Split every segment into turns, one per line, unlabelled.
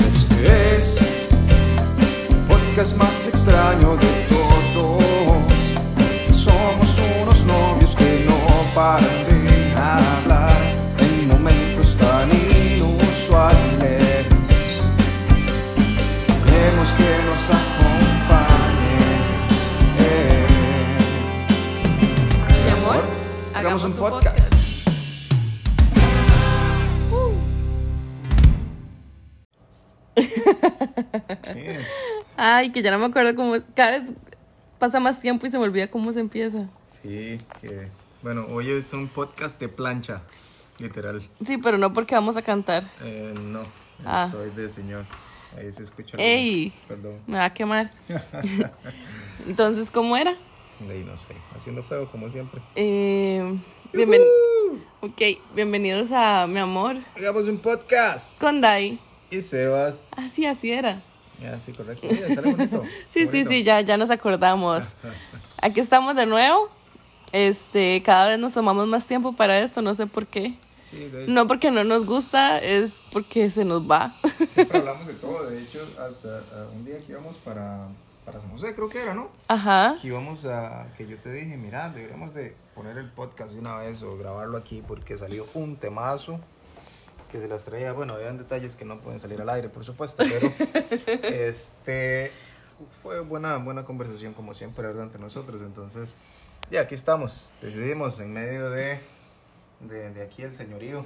este es podcast más extraño de todos. Somos unos novios que no paran de hablar en momentos tan inusuales. Queremos que nos acompañes. eh.
Mi amor,
hagamos un podcast.
Ay, que ya no me acuerdo cómo. Cada vez pasa más tiempo y se me olvida cómo se empieza.
Sí, que bueno, hoy es un podcast de plancha, literal.
Sí, pero no porque vamos a cantar.
Eh, no,
Ah.
estoy de señor. Ahí se escucha. algo.
¡Ey!
Perdón,
Me va a quemar. Entonces, ¿cómo era?
de ahí no sé. Haciendo fuego como siempre.
Eh, bienven- Ok, bienvenidos a Mi Amor
Hagamos un podcast.
con Dai.
Y Sebas.
Ah, sí, así era.
Ya, sí, correcto. Mira, sale bonito.
Sí, sí,
bonito.
sí, ya, ya nos acordamos. Aquí estamos de nuevo. Este, cada vez nos tomamos más tiempo para esto, no sé por qué.
Sí, de-
No porque no nos gusta, es porque se nos va.
siempre hablamos de todo. De hecho, hasta ah, un día que íbamos para, para San José, creo que era, ¿no?
Ajá.
Que íbamos a, que yo te dije, mira, deberíamos de poner el podcast de una vez o grabarlo aquí porque salió un temazo que se las traía, bueno, habían detalles que no pueden salir al aire, por supuesto, pero este fue buena, buena conversación como siempre ¿verdad? entre nosotros, entonces ya aquí estamos, decidimos en medio de, de, de aquí el señorío,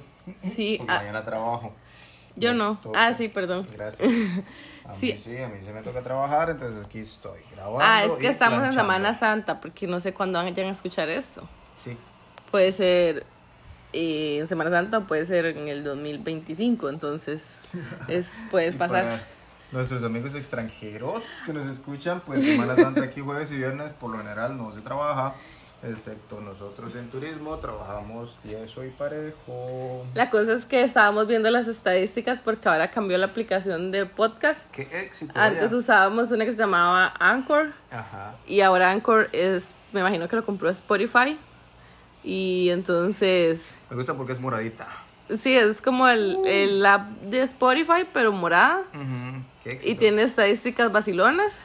Sí,
porque
ah,
mañana trabajo.
yo
Me
no.
toca.
Ah, sí, perdón.
Gracias. A
Sí.
mí sí, a mí se me toca trabajar, entonces aquí estoy grabando.
Ah, es
y
que estamos en
planchando.
Semana Santa, porque no sé cuándo vayan a escuchar esto.
Sí,
Puede ser eh, en Semana Santa o puede ser en el 2025, entonces es, puedes
Y
pasar.
para nuestros amigos extranjeros que nos escuchan, pues Semana Santa aquí jueves y viernes por lo general no se trabaja, excepto nosotros en turismo, trabajamos tieso y parejo.
La cosa es que estábamos viendo las estadísticas porque ahora cambió la aplicación de podcast.
¡Qué éxito!
Antes
vaya!
usábamos una que se llamaba Anchor
Ajá.
y ahora Anchor es, me imagino que lo compró Spotify. Y entonces
Me gusta porque es moradita.
Sí, es como el, el app de Spotify, pero morada.
Ujú, ¡Qué éxito!
Y tiene estadísticas vacilonas.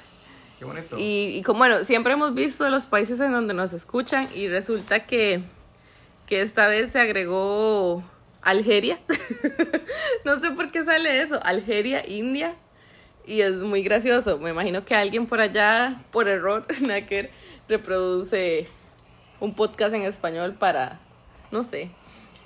¡Qué bonito!
Y, y como bueno, siempre hemos visto los países en donde nos escuchan y resulta que, que esta vez se agregó Algeria. no sé por qué sale eso, Algeria, India. Y es muy gracioso. Me imagino que alguien por allá, por error, nada que ver, reproduce un podcast en español para, no sé.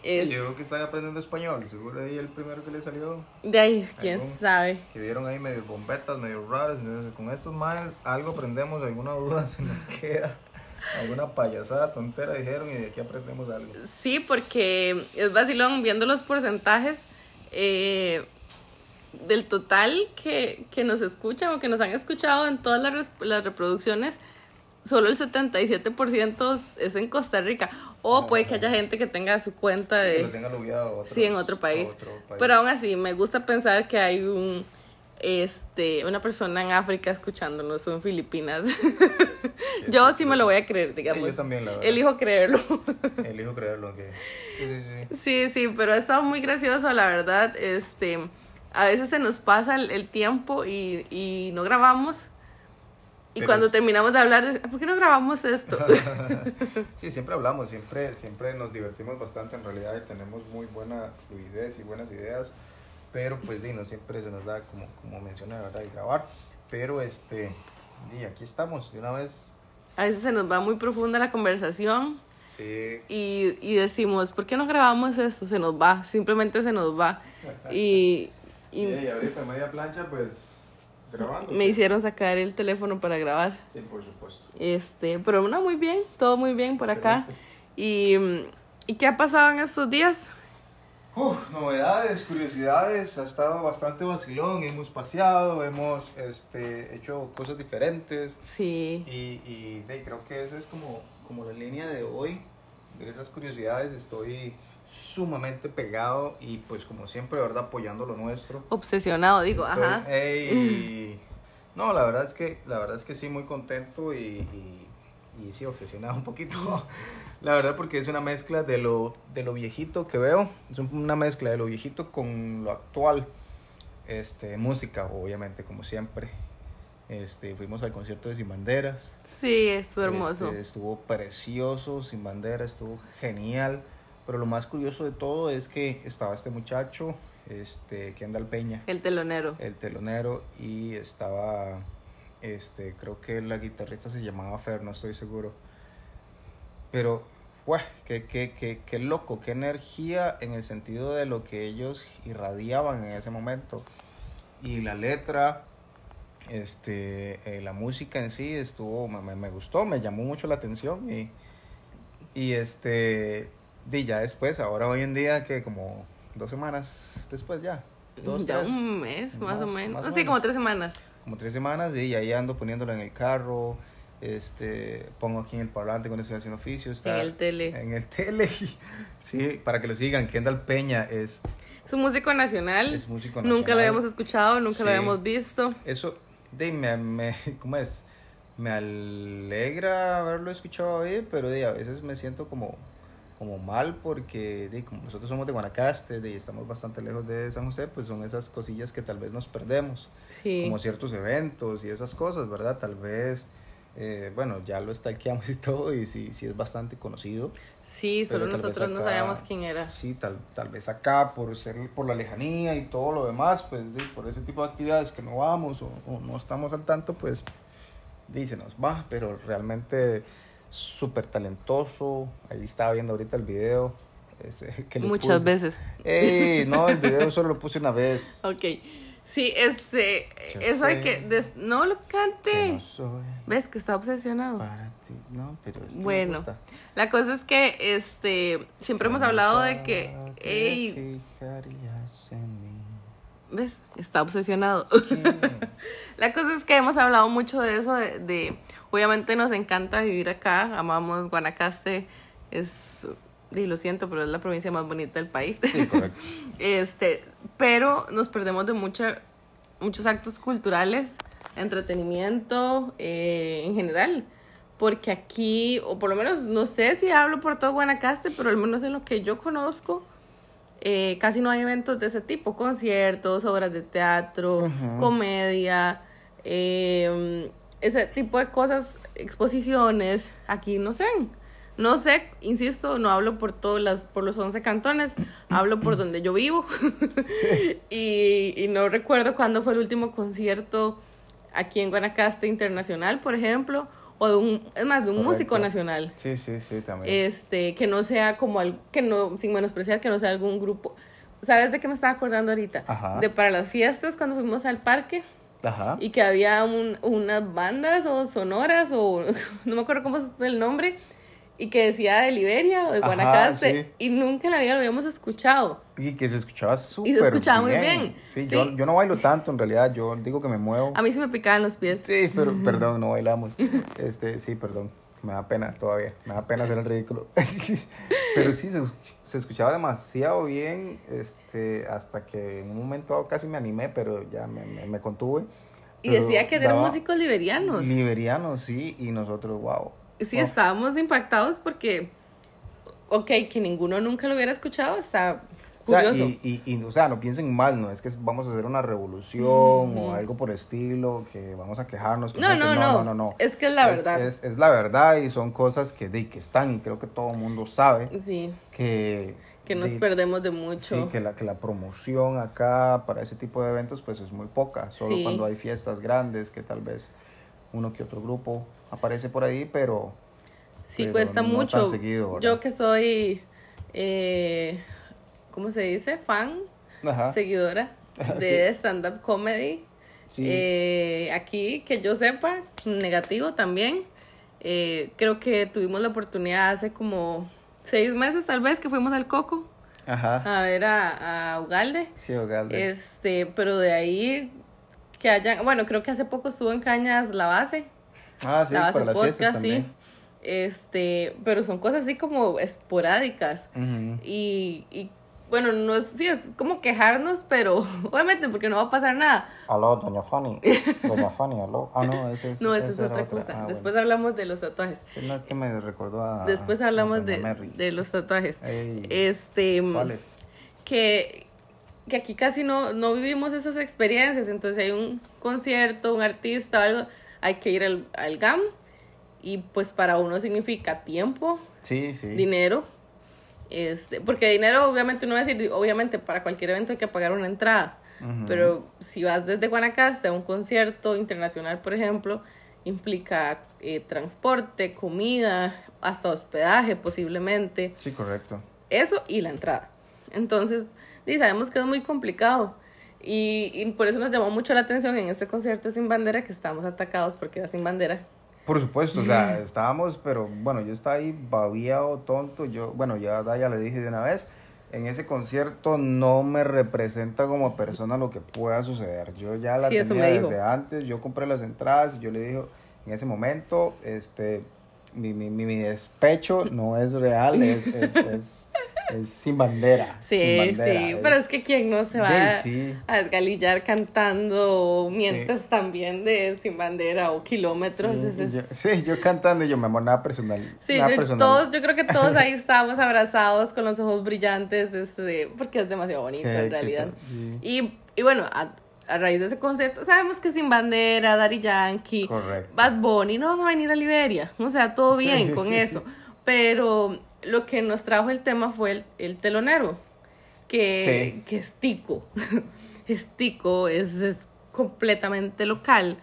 Es-
Yo creo que están aprendiendo español, seguro ahí el primero que le salió.
De ahí, quién
Algún-
sabe.
Que vieron ahí medio bombetas, medio raras. entonces, con estos más algo aprendemos, alguna duda se nos queda. Alguna payasada, tontera dijeron y de aquí aprendemos algo.
Sí, porque es vacilón viendo los porcentajes eh, del total que, que nos escuchan o que nos han escuchado en todas las, res- las reproducciones. Solo el 77% es en Costa Rica. O
Ah,
puede que haya gente que tenga su cuenta
Que
de...
lo tengan logueado a otro-
Sí, en otro país.
a otro país.
Pero aún así, me gusta pensar que hay un este una persona en África escuchándonos o en Filipinas. yo sí me lo voy a creer, digamos.
yo también, la verdad.
Elijo creerlo.
Elijo creerlo que. Sí, sí, sí.
sí, sí, pero ha estado muy gracioso, la verdad. Este, a veces se nos pasa el, el tiempo y, y no grabamos. Y
Pero
cuando
es-
terminamos de hablar, decimos, ¿por qué no grabamos esto?
Sí, siempre hablamos, siempre, siempre nos divertimos bastante en realidad y tenemos muy buena fluidez y buenas ideas. Pero pues di, no siempre se nos da como, como mencioné ahora el grabar. Pero este, y aquí estamos, de una vez.
a veces se nos va muy profunda la conversación.
Sí.
y, y decimos, ¿por qué no grabamos esto? Se nos va, simplemente se nos va. Y, y
Y, ahorita media plancha, pues grabando.
me hicieron sacar el teléfono para grabar.
Sí, por supuesto.
Este, pero no, muy bien, todo muy bien por acá. Y, ¿Y qué ha pasado en estos días?
Uf, novedades, curiosidades, ha estado bastante vacilón, hemos paseado, hemos este, hecho cosas diferentes.
Sí,
Y, y de, creo que esa es como, como la línea de hoy. De esas curiosidades estoy sumamente pegado y pues como siempre, ¿verdad? Apoyando lo nuestro.
obsesionado, digo,
Estoy-
ajá.
ey, no, la verdad es que la verdad es que sí, muy contento y, y, y sí, obsesionado un poquito. La verdad porque es una mezcla de lo, de lo viejito que veo, es un- una mezcla de lo viejito con lo actual. este, música, obviamente, como siempre. Este, fuimos al concierto de Sin Banderas.
Sí, estuvo hermoso.
Este, estuvo precioso, Sin Banderas, estuvo genial. Pero lo más curioso de todo es que estaba este muchacho, este, que anda al Peña,
El telonero.
el telonero, y estaba, este, creo que la guitarrista se llamaba Fer, no estoy seguro. Pero, guau, qué, qué, qué, qué loco, qué energía en el sentido de lo que ellos irradiaban en ese momento. Y la letra, este, eh, la música en sí estuvo, me, me- me gustó, me llamó mucho la atención y, y este, y ya después, ahora hoy en día que como dos semanas después ya, dos,
ya
tres,
un mes, más, o
más-
menos.
más o
sí, como
menos.
tres semanas.
como tres semanas y ahí ando poniéndola en el carro, este, pongo aquí en el parlante cuando estoy haciendo oficio, está
En el tele.
en el tele, sí, para que lo sigan, Kendall Peña es,
Es un músico nacional.
es músico
Nunca lo
nacional.
habíamos escuchado, nunca
Sí.
lo habíamos visto.
Eso, de, me, me- ¿cómo es? Me alegra haberlo escuchado hoy, pero de, a veces me siento como, como mal porque de, como nosotros somos de Guanacaste de, y estamos bastante lejos de San José, pues son esas cosillas que tal vez nos perdemos,
Sí.
como ciertos eventos y esas cosas, ¿verdad? Tal vez, eh, bueno, ya lo stalkeamos y todo y sí, sí es bastante conocido.
Sí,
Pero
solo
tal vez
nosotros no
acá-
sabíamos quién era.
Sí, tal, tal vez acá por ser por la lejanía y todo lo demás, pues de- por ese tipo de actividades que no vamos o, o no estamos al tanto, pues dícenos, va, pero realmente súper talentoso. Ahí estaba viendo ahorita el video. ese que le
Muchas
puse.
veces.
Ey, no, el video solo lo puse una vez.
Ok. Sí, este.
Yo
Eso hay
sé.
que. des- No lo
Que Ah.
cante.
no soy
¿Ves que está obsesionado?
para ti. No, pero es que me
Bueno,
gusta.
La cosa es que este siempre hemos hablado de que
Nunca te
ey,
fijarías en mí.
¿ves? Está obsesionado.
¿Qué?
La cosa es que hemos hablado mucho de eso de, de- obviamente nos encanta vivir acá, amamos Guanacaste, es y lo siento, pero es la provincia más bonita del país.
Sí, correcto.
Este, pero nos perdemos de mucha, muchos actos culturales, entretenimiento eh, en general. Porque aquí, o por lo menos, no sé si hablo por todo Guanacaste, pero al menos en lo que yo conozco, eh, casi no hay eventos de ese tipo. Conciertos, obras de teatro,
Ujú.
comedia, eh, ese tipo de cosas, exposiciones, aquí no se ven. No sé, insisto, no hablo por todas las, por los 11 cantones, hablo por donde yo vivo. y, y no recuerdo cuándo fue el último concierto aquí en Guanacaste Internacional, por ejemplo, o de un, es más, de un
Correcto.
músico nacional.
Sí, sí, sí, también.
Este, que no sea como al, que no, sin menospreciar, que no sea algún grupo. ¿Sabes de qué me estaba acordando ahorita?
Ajá. Ah.
De para las fiestas cuando fuimos al parque
Ajá.
y que había un- unas bandas o sonoras o no me acuerdo cómo es el nombre y que decía de Liberia o de
Ajá,
Guanacaste
sí.
y nunca en la vida lo habíamos escuchado.
Y que se escuchaba súper
escuchaba muy bien.
Sí,
Sí.
Yo, yo no bailo tanto en realidad, yo digo que me muevo.
A mí se me picaban los pies.
Sí, pero perdón, no bailamos. Este, sí, perdón. Me da pena todavía. Me da pena hacer el ridículo. pero sí, se, se escuchaba demasiado bien. Este, hasta que en un momento dado casi me animé, pero ya me, me- me contuve.
Y
Pero
decía que eran
daba-
músicos liberianos.
Liberianos, sí. Y nosotros, wow.
Sí,
wow.
estábamos impactados porque, ok, que ninguno nunca lo hubiera escuchado, está
O sea,
curioso.
y, y, y, o sea, no piensen mal, no es que vamos a hacer una revolución o algo por estilo, que vamos a quejarnos. con
No,
gente.
no,
no,
no,
no, no.
Es que es la verdad.
Es, es la verdad y son cosas que, de, que están y creo que todo el mundo sabe
Sí,
que...
que nos
de-
perdemos de mucho.
Sí, que la, que la promoción acá para ese tipo de eventos pues es muy poca, solo
Sí.
cuando hay fiestas grandes que tal vez uno que otro grupo aparece por ahí, pero...
Sí,
pero
cuesta
no tan
mucho.
seguido, ¿verdad?
Yo que soy, eh, ¿cómo se dice? Fan,
Ajá,
seguidora de stand-up comedy.
sí.
Eh, aquí, que yo sepa, negativo también. Eh, creo que tuvimos la oportunidad hace como seis meses tal vez que fuimos al Coco
ajá.
a ver a, a Ugalde.
Sí, Ogalde.
Este, pero de ahí que hayan, bueno, creo que hace poco estuvo en Cañas la base,
ah, sí,
la base
para las fiestas
podcast, sí.
también.
Este, pero son cosas así como esporádicas.
Ujú.
Y, y, bueno, no es, sí, es como quejarnos, pero obviamente porque no va a pasar nada.
Aló, doña Fanny. Doña Fanny, aló. Ah, no, ese es.
No, esa es
esa era
otra cosa.
Ah,
Después
bueno. Ah,
hablamos de los tatuajes.
Sí, No, es que me recordó a.
Después
a pues
hablamos
doña
de,
Mary.
de los tatuajes.
Ey,
Este,
¿Cuáles?
que que aquí casi no, no vivimos esas experiencias, entonces hay un concierto, un artista o algo, hay que ir al, al GAM y pues para uno significa tiempo,
Sí, sí.
dinero, este, porque dinero obviamente uno va a decir, obviamente para cualquier evento hay que pagar una entrada,
Ujú.
pero si vas desde Guanacaste a un concierto internacional, por ejemplo, implica eh, transporte, comida, hasta hospedaje posiblemente
Sí, correcto.
eso y la entrada. Entonces, sí, sabemos que es muy complicado. Y, y por eso nos llamó mucho la atención en este concierto de Sin Bandera que estamos atacados porque era Sin Bandera.
Por supuesto, o sea, estábamos, pero bueno, yo estaba ahí babiado, tonto. Yo, bueno, ya a Daya le dije de una vez, en ese concierto no me representa como persona lo que pueda suceder. Yo ya la
Sí, eso
tenía
me
desde
dijo.
antes, yo compré las entradas, y yo le dije, en ese momento, este, mi, mi, mi- mi despecho no es real, es, es, es- es sin bandera.
Sí,
sin bandera,
sí, pero es que quien no se va
Ve, sí.
a desgalillar cantando mientras también de Sin Bandera o Kilómetros.
Sí,
es- es-
y yo, sí, yo cantando y yo, me amor, nada personal.
Sí,
nada
yo-
personal.
todos, yo creo que todos ahí estábamos abrazados con los ojos brillantes, este, porque es demasiado bonito
Qué
en
éxito,
realidad.
sí.
Y, y bueno, a, a raíz de ese concierto, sabemos que Sin Bandera, Daddy Yankee,
Correcto.
Bad Bunny, no van a venir a Liberia, o sea, todo
Sí.
bien con eso. Pero lo que nos trajo el tema fue el, el telonero, que,
Sí.
que es tico, es tico, es, es completamente local,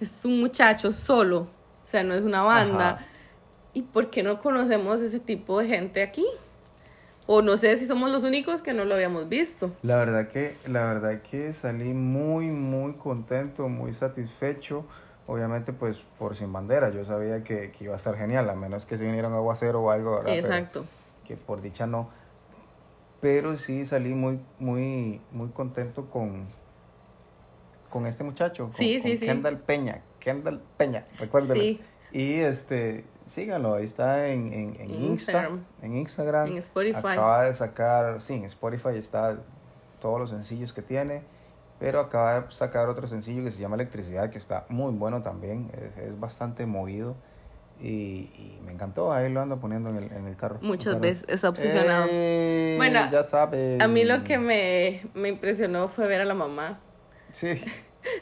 es un muchacho solo, o sea, no es una banda.
Ajá.
¿Y por qué no conocemos ese tipo de gente aquí? O no sé si somos los únicos que no lo habíamos visto.
La verdad que, la verdad que salí muy, muy contento, muy satisfecho. Obviamente, pues, por Sin Bandera. Yo sabía que, que iba a estar genial, a menos que se viniera un aguacero o algo, ¿verdad? Pero
Exacto.
que por dicha no. Pero sí salí muy, muy, muy contento con, con este muchacho, con,
Sí,
con
sí, sí.
Kendall Peña. Kendall Peña, recuérdeme.
Sí.
Y este, síganlo, ahí está en, en, en
En
Insta,
Instagram.
En Instagram.
En Spotify.
Acaba de sacar, sí, en Spotify está todos los sencillos que tiene. Pero acaba de sacar otro sencillo que se llama Electricidad, que está muy bueno también. Es, es bastante movido. Y, y me encantó. Ahí lo ando poniendo en el, en el carro.
Muchas
Claro.
veces está obsesionado.
Eh,
Bueno,
ya sabes.
A mí lo que me, me impresionó fue ver a la mamá.
Sí.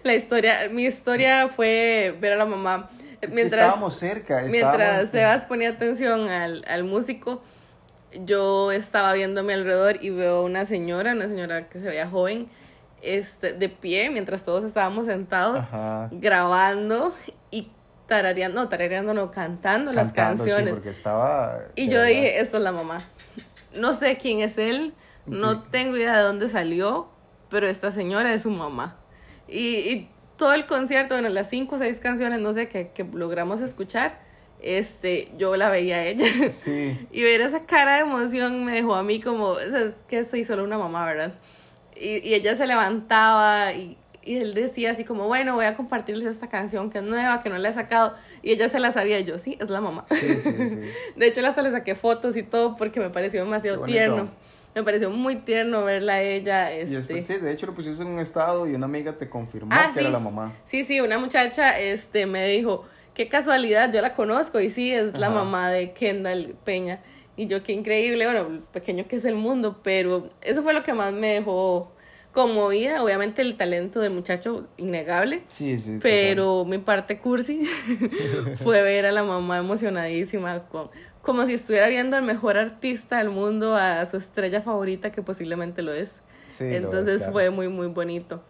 La historia, mi historia fue ver a la mamá.
Es que
Mientras,
estábamos cerca.
mientras
estábamos-
Sebas ponía atención al, al músico, yo estaba viendo a mi alrededor y veo una señora, una señora que se veía joven, este, de pie, mientras todos estábamos sentados.
Ajá.
grabando y tarareando, no, tarareando, no, cantando, las
Cantando, sí,
canciones.
porque estaba.
y
de
yo
verdad.
dije, esto es la mamá. No sé quién es él, no
Sí.
tengo idea de dónde salió, pero esta señora es su mamá. Y, y todo el concierto, bueno, las cinco o seis canciones, no sé, que, que logramos escuchar, este, yo la veía a ella.
Sí.
Y ver esa cara de emoción me dejó a mí como, o sea, es que soy solo una mamá, ¿verdad? Y, y ella se levantaba y, y él decía así como, bueno, voy a compartirles esta canción que es nueva, que no la he sacado. Y ella se la sabía y yo, sí, es la mamá.
Sí, sí, sí.
De hecho, hasta le saqué fotos y todo porque me pareció demasiado
Qué bonito.
tierno. Me pareció muy tierno verla a ella.
Y
Este...
después, sí, de hecho lo pusiste en un estado y una amiga te confirmó
Ah,
que era
sí.
la mamá.
Sí, sí, una muchacha este, me dijo, qué casualidad, yo la conozco y sí, es la
Ajá.
mamá de Kendall Peña. Y yo, qué increíble, bueno, pequeño que es el mundo, pero eso fue lo que más me dejó conmovida. Obviamente el talento del muchacho, innegable,
Sí, sí.
pero mi parte cursi fue ver a la mamá emocionadísima, con- como si estuviera viendo al mejor artista del mundo, a su estrella favorita, que posiblemente lo es.
total. Sí, lo ves,
Entonces
claro.
fue muy, muy bonito.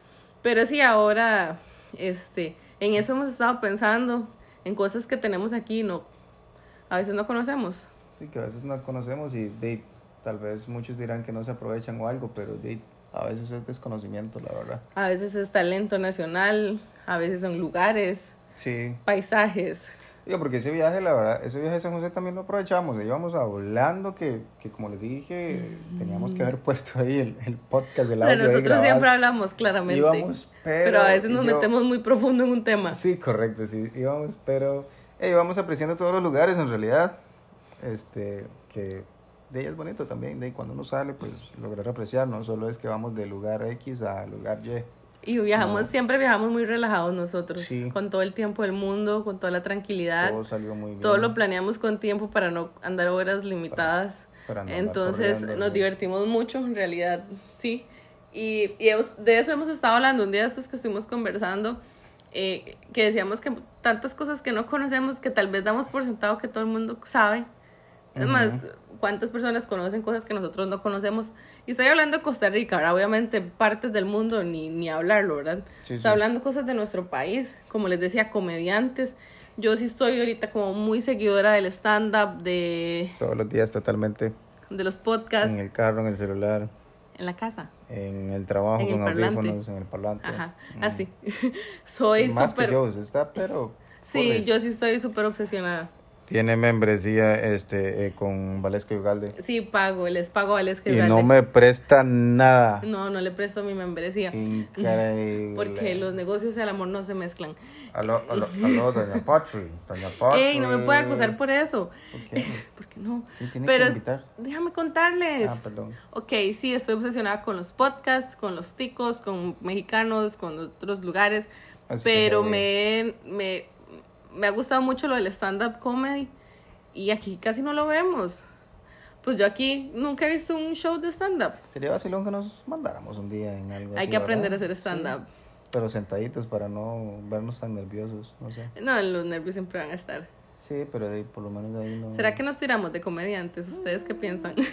Pero sí, ahora, este, en eso hemos estado pensando, en cosas que tenemos aquí, no, a veces no conocemos.
Sí, que a veces no conocemos y de, tal vez muchos dirán que no se aprovechan o algo, pero de, a veces es desconocimiento, la verdad.
A veces es talento nacional, a veces son lugares,
Sí.
paisajes.
Digo, porque ese viaje, la verdad, ese viaje a San José también lo aprovechamos. le Íbamos hablando que, que como les dije, teníamos que haber puesto ahí el, el podcast, el
Pero
audio. ahí
Mm. nosotros
grabado.
siempre hablamos claramente.
Íbamos, pero...
pero, a veces nos
yo-
metemos muy profundo en un tema.
Sí, correcto, sí. Íbamos, pero... eh, íbamos apreciando todos los lugares, en realidad. Este, que... De ella es bonito también, de ahí cuando uno sale, pues lograr apreciar, no solo es que vamos de lugar X a lugar Y.
Y viajamos,
No.
siempre viajamos muy relajados nosotros,
Sí.
con todo el tiempo del mundo, con toda la tranquilidad.
Todo salió muy bien.
Ah, Todo lo planeamos con tiempo para no andar horas limitadas.
para no andar
Entonces
corriendo,
nos
¿no?
divertimos mucho, en realidad sí. Y, y hemos- de eso hemos estado hablando un día estos que estuvimos conversando, eh, que decíamos que tantas cosas que no conocemos, que tal vez damos por sentado que todo el mundo sabe. Es más, ¿cuántas personas conocen cosas que nosotros no conocemos? Y estoy hablando de Costa Rica, ahora obviamente partes del mundo ni, ni hablarlo, ¿verdad?
Sí,
Está
sí.
hablando cosas de nuestro país, como les decía, comediantes. Yo sí estoy ahorita como muy seguidora del stand-up, de,
Todos los días totalmente.
de los podcasts,
En el carro, en el celular,
en la casa.
en el trabajo,
En el
con
parlante.
audífonos, en el parlante. Pues
Ajá, así. Soy
Mm. Más
súper...
que yo, usted está, pero...
Sí,
corres.
yo sí estoy súper obsesionada.
Tiene membresía este, eh, con Valesco y Ugalde.
Sí, pago, les pago a Les
Y no me presta nada.
no, no le presto mi membresía.
Increíble.
Porque los negocios y el amor no se mezclan.
Aló, aló, aló, doña Patri. Doña Patri.
Ey, no me puede acusar por eso.
¿Por qué?
Porque no.
¿Quién tiene
Pero
que
es-
invitar?
déjame contarles.
Ah, perdón.
Ok, sí, estoy obsesionada con los podcasts, con los ticos, con mexicanos, con otros lugares.
Así que
pero
jale.
me, me, me ha gustado mucho lo del stand-up comedy. Y aquí casi no lo vemos. Pues yo aquí nunca he visto un show de stand-up.
Sería vacilón que nos mandáramos un día en algo.
Hay
así,
que aprender a
¿verdad?
hacer stand-up.
Sí, pero sentaditos para no vernos tan nerviosos, no sé.
No, los nervios siempre van a estar.
Sí, pero de- por lo menos de ahí no.
¿Será que nos tiramos de comediantes? ¿Ustedes qué piensan?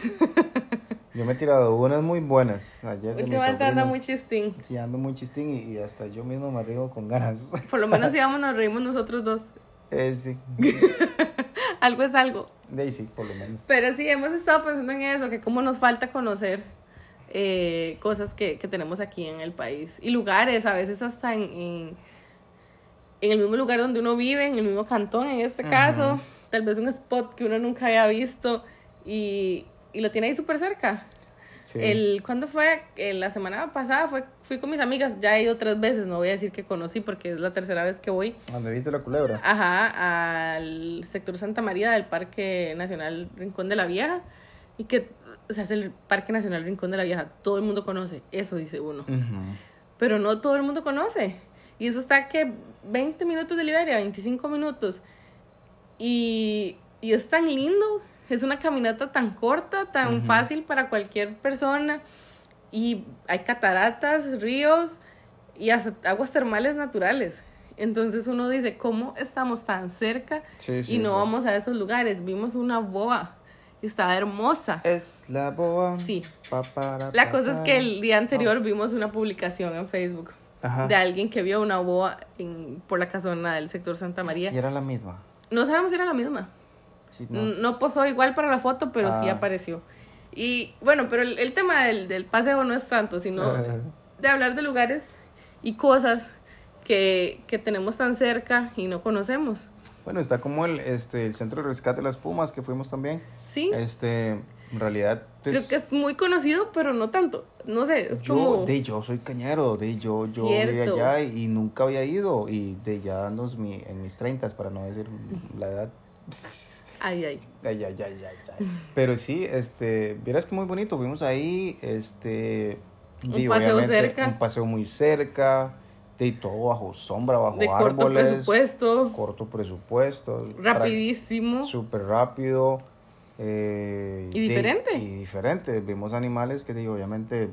Yo me he tirado unas muy buenas ayer. de mis
Últimamente anda
sobrinos.
muy chistín.
Sí, ando muy chistín y, y hasta yo mismo me río con ganas.
Por lo menos íbamos, nos reímos nosotros dos.
eh, sí,
Algo es algo.
de ahí sí, por lo menos.
Pero sí, hemos estado pensando en eso, que cómo nos falta conocer eh, cosas que, que tenemos aquí en el país. Y lugares, a veces hasta en, en, en el mismo lugar donde uno vive, en el mismo cantón en este caso. Tal vez un spot que uno nunca había visto y, y lo tiene ahí súper cerca.
Sí.
El, ¿Cuándo fue? Eh, la semana pasada fue, fui con mis amigas, ya he ido tres veces, no voy a decir que conocí porque es la tercera vez que voy.
¿Dónde viste la culebra?
Ajá, al sector Santa María del Parque Nacional Rincón de la Vieja. Y que, o sea, es el Parque Nacional Rincón de la Vieja. Todo el mundo conoce, eso dice uno.
Ujú.
Pero no todo el mundo conoce. Y eso está que 20 minutos de Liberia, 25 minutos. Y, y es tan lindo. Es una caminata tan corta, tan
Ujú.
fácil para cualquier persona. Y hay cataratas, ríos y hasta aguas termales naturales. Entonces uno dice, ¿cómo estamos tan cerca
Sí, sí,
y no
sí.
vamos a esos lugares? Vimos una boa. y Estaba hermosa.
Es la boa.
Sí.
Pa, para,
La
pa,
cosa es
para.
que el día anterior vimos una publicación en Facebook
Ajá.
de alguien que vio una boa en- por la casona del sector Santa María.
Y era la misma.
No sabemos si era la misma.
Sí,
No,
no.
posó igual para la foto, pero sí
Ah.
apareció. Y bueno, pero el, el tema del, del paseo no es tanto, sino
Ajá.
de hablar de lugares y cosas que, que tenemos tan cerca y no conocemos.
Bueno, está como el, este, el centro de rescate de las pumas que fuimos también.
¿Sí?
Este, en realidad, pues,
Creo que es muy conocido, pero no tanto. No sé, es
yo,
como...
de, yo soy cañero, de yo, yo viví
Cierto.
allá y nunca había ido y de ya dándos mi, en mis treintas para no decir la edad.
Ay, ay.
Ay, ay, ay, ay, ay. Pero sí, este, vieras que muy bonito, fuimos ahí, este,
Un
di,
paseo
obviamente,
cerca.
un paseo muy cerca, de todo bajo sombra, bajo
De corto
árboles,
presupuesto.
corto presupuesto, para-
Rapidísimo.
súper rápido. eh,
Y
de-
diferente.
y diferente. Vimos animales que digo, obviamente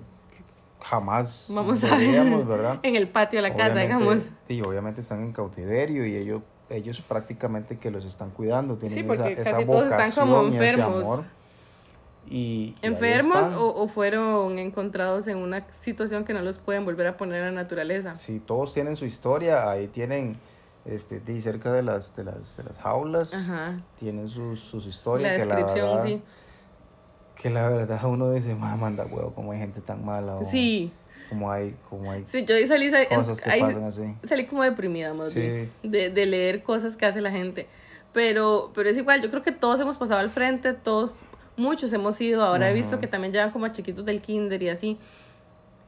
jamás
Vamos a ver.
veríamos, ¿verdad?
En el patio de la casa,
Obviamente-
digamos.
Y obviamente están en cautiverio y ellos, ellos prácticamente que los están cuidando. Tienen
Sí, porque
esa, esa
casi todos están como
vocación y ese
enfermos.
amor. Y, y ahí
¿Enfermos
están.
o, o fueron encontrados en una situación que no los pueden volver a poner a la naturaleza?
Si todos tienen su historia, ahí tienen, este, di, cerca de las, de las, de las jaulas,
Ajá.
tienen sus, sus
La
historias. que
descripción,
verdad-
sí.
Que la verdad uno dice, "Ma, manda huevo, como hay gente tan mala. o
Sí.
Como hay, como hay
Sí, yo ahí salí, sa-
cosas que
ahí
pasan así.
salí como deprimida más
Sí.
bien de, de leer cosas que hace la gente. Pero, pero es igual, yo creo que todos hemos pasado al frente, todos, muchos hemos ido, ahora he visto
Ujú.
que también llevan como a chiquitos del kinder y así,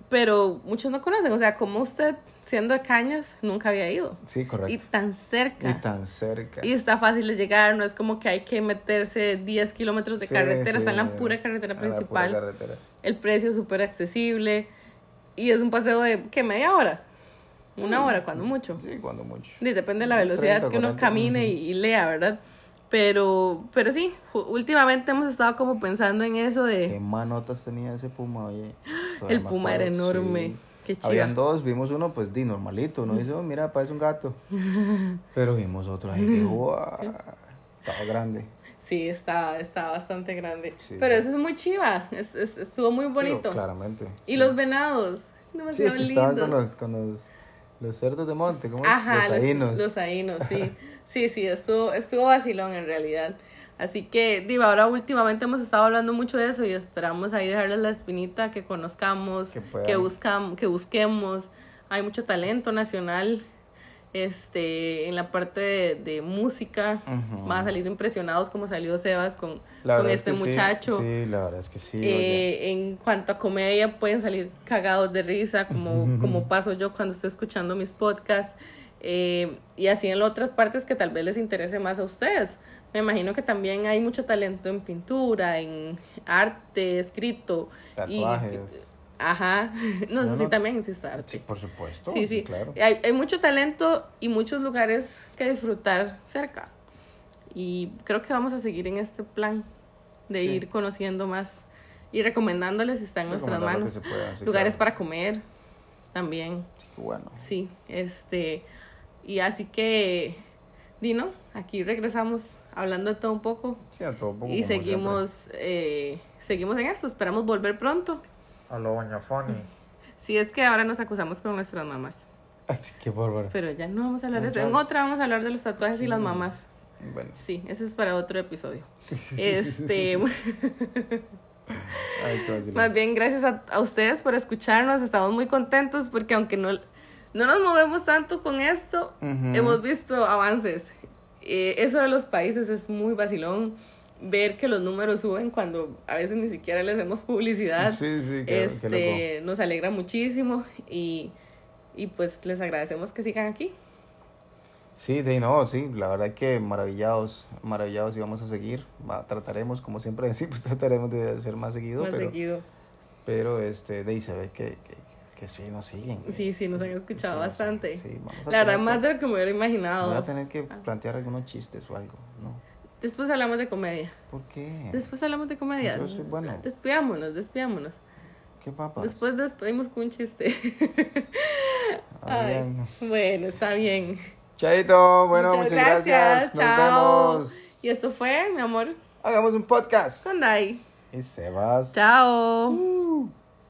pero muchos no conocen, o sea, como usted siendo de cañas nunca había ido.
Sí,
Y
correcto.
tan
Y,
cerca.
tan cerca.
Y está fácil de llegar, no es como que hay que meterse 10 kilómetros de
Sí,
carretera, está en
sí,
la pura carretera
a la pura
principal.
carretera.
El precio es súper accesible y es un paseo de, ¿qué? ¿Media hora? Una hora,
Mm.
cuando mucho.
Sí, cuando mucho.
Y Depende de la velocidad
30,
que uno
40,
camine y,
ujú.
y lea, ¿verdad? Pero, pero sí, ju- últimamente hemos estado como pensando en eso de...
¿Qué manotas tenía ese puma, oye?
El
me
puma era
acuerdo,
enorme.
sí.
Qué chido.
Habían dos, vimos uno, pues di normalito. Uno dice, oh, mira, parece un gato. Pero vimos otro ahí que, "Guau", Estaba grande.
Sí, estaba, estaba bastante grande.
Sí.
Pero eso es muy chiva. es- es- estuvo muy bonito.
Sí, claramente.
Y los venados.
Sí,
Demasiado
que estaban
lindos.
con los, con los, los cerdos de monte, ¿cómo es?
Ajá,
los
los,
taínos.
los ainos, sí. Sí, sí, estuvo, estuvo vacilón en realidad. Así que, Diva, ahora últimamente hemos estado hablando mucho de eso y esperamos ahí dejarles la espinita, que conozcamos,
Que
que,
puedan.
buscam- que busquemos. Hay mucho talento nacional este, en la parte de, de música.
Ujú.
Van a salir impresionados como salió Sebas con,
La
con
verdad es
este
que sí,
muchacho.
Sí, la verdad es que sí. oye.
Eh, en cuanto a comedia, pueden salir cagados de risa, como, como paso yo cuando estoy escuchando mis podcasts. eh, y así en otras partes que tal vez les interese más a ustedes. Me imagino que también hay mucho talento en pintura, en arte, escrito. y-
Tatuajes.
ajá. No,
No,
sé si
no.
también existe arte.
Sí, por supuesto.
Sí, sí.
Claro.
Hay, hay mucho talento y muchos lugares que disfrutar cerca. Y creo que vamos a seguir en este plan de
Sí.
ir conociendo más y recomendándoles si está en nuestras
Recomendar lo que
manos.
se pueda, sí,
lugares
claro.
para comer también.
Qué Bueno.
Sí, este. Y así que, Dino, aquí regresamos hablando de todo un poco.
Sí, a todo poco.
y
como siempre.
seguimos, eh, seguimos en esto. Esperamos volver pronto.
A lo doña Fanny.
Si es que ahora nos acusamos con nuestras mamás.
Así que bárbaro.
Pero ya no vamos a hablar de eso.
Mucho.
En otra vamos a hablar de los tatuajes y las mamás.
Bueno.
Sí, ese es para otro episodio. Este,
Ay, qué vacilón.
más bien gracias a, a ustedes por escucharnos. Estamos muy contentos porque aunque no, no nos movemos tanto con esto,
Ujú.
hemos visto avances. Eh, eso de los países es muy vacilón. Ver que los números suben cuando a veces ni siquiera les hacemos publicidad.
Sí, sí, qué,
este,
qué loco.
nos alegra muchísimo y, y pues les agradecemos que sigan aquí.
Sí, de no, sí, la verdad que maravillados, maravillados y vamos a seguir. Va, trataremos, como siempre decimos, trataremos de hacer más seguido,
Más
pero,
seguido.
pero este, de ahí se ve que, que, que sí nos siguen. que-
Sí, sí, nos han
que
escuchado
nos-
bastante.
sí, vamos a
La verdad,
tener
más
que-
de lo que me hubiera
Voy a
imaginado.
tener que plantear algunos chistes o algo, ¿no?
Después hablamos de comedia.
¿Por qué?
Después hablamos de comedia.
Yo soy bueno. Pues.
Despidámonos, despidámonos.
¿Qué papas?
Después despedimos con un chiste.
Ah,
Ay,
bien.
bueno, está bien.
Chaito, bueno, muchas,
Muchas gracias.
Nos
Chao.
vemos.
Y esto fue, mi amor,
Hagamos un podcast.
con Dai.
Y Sebas.
Chao.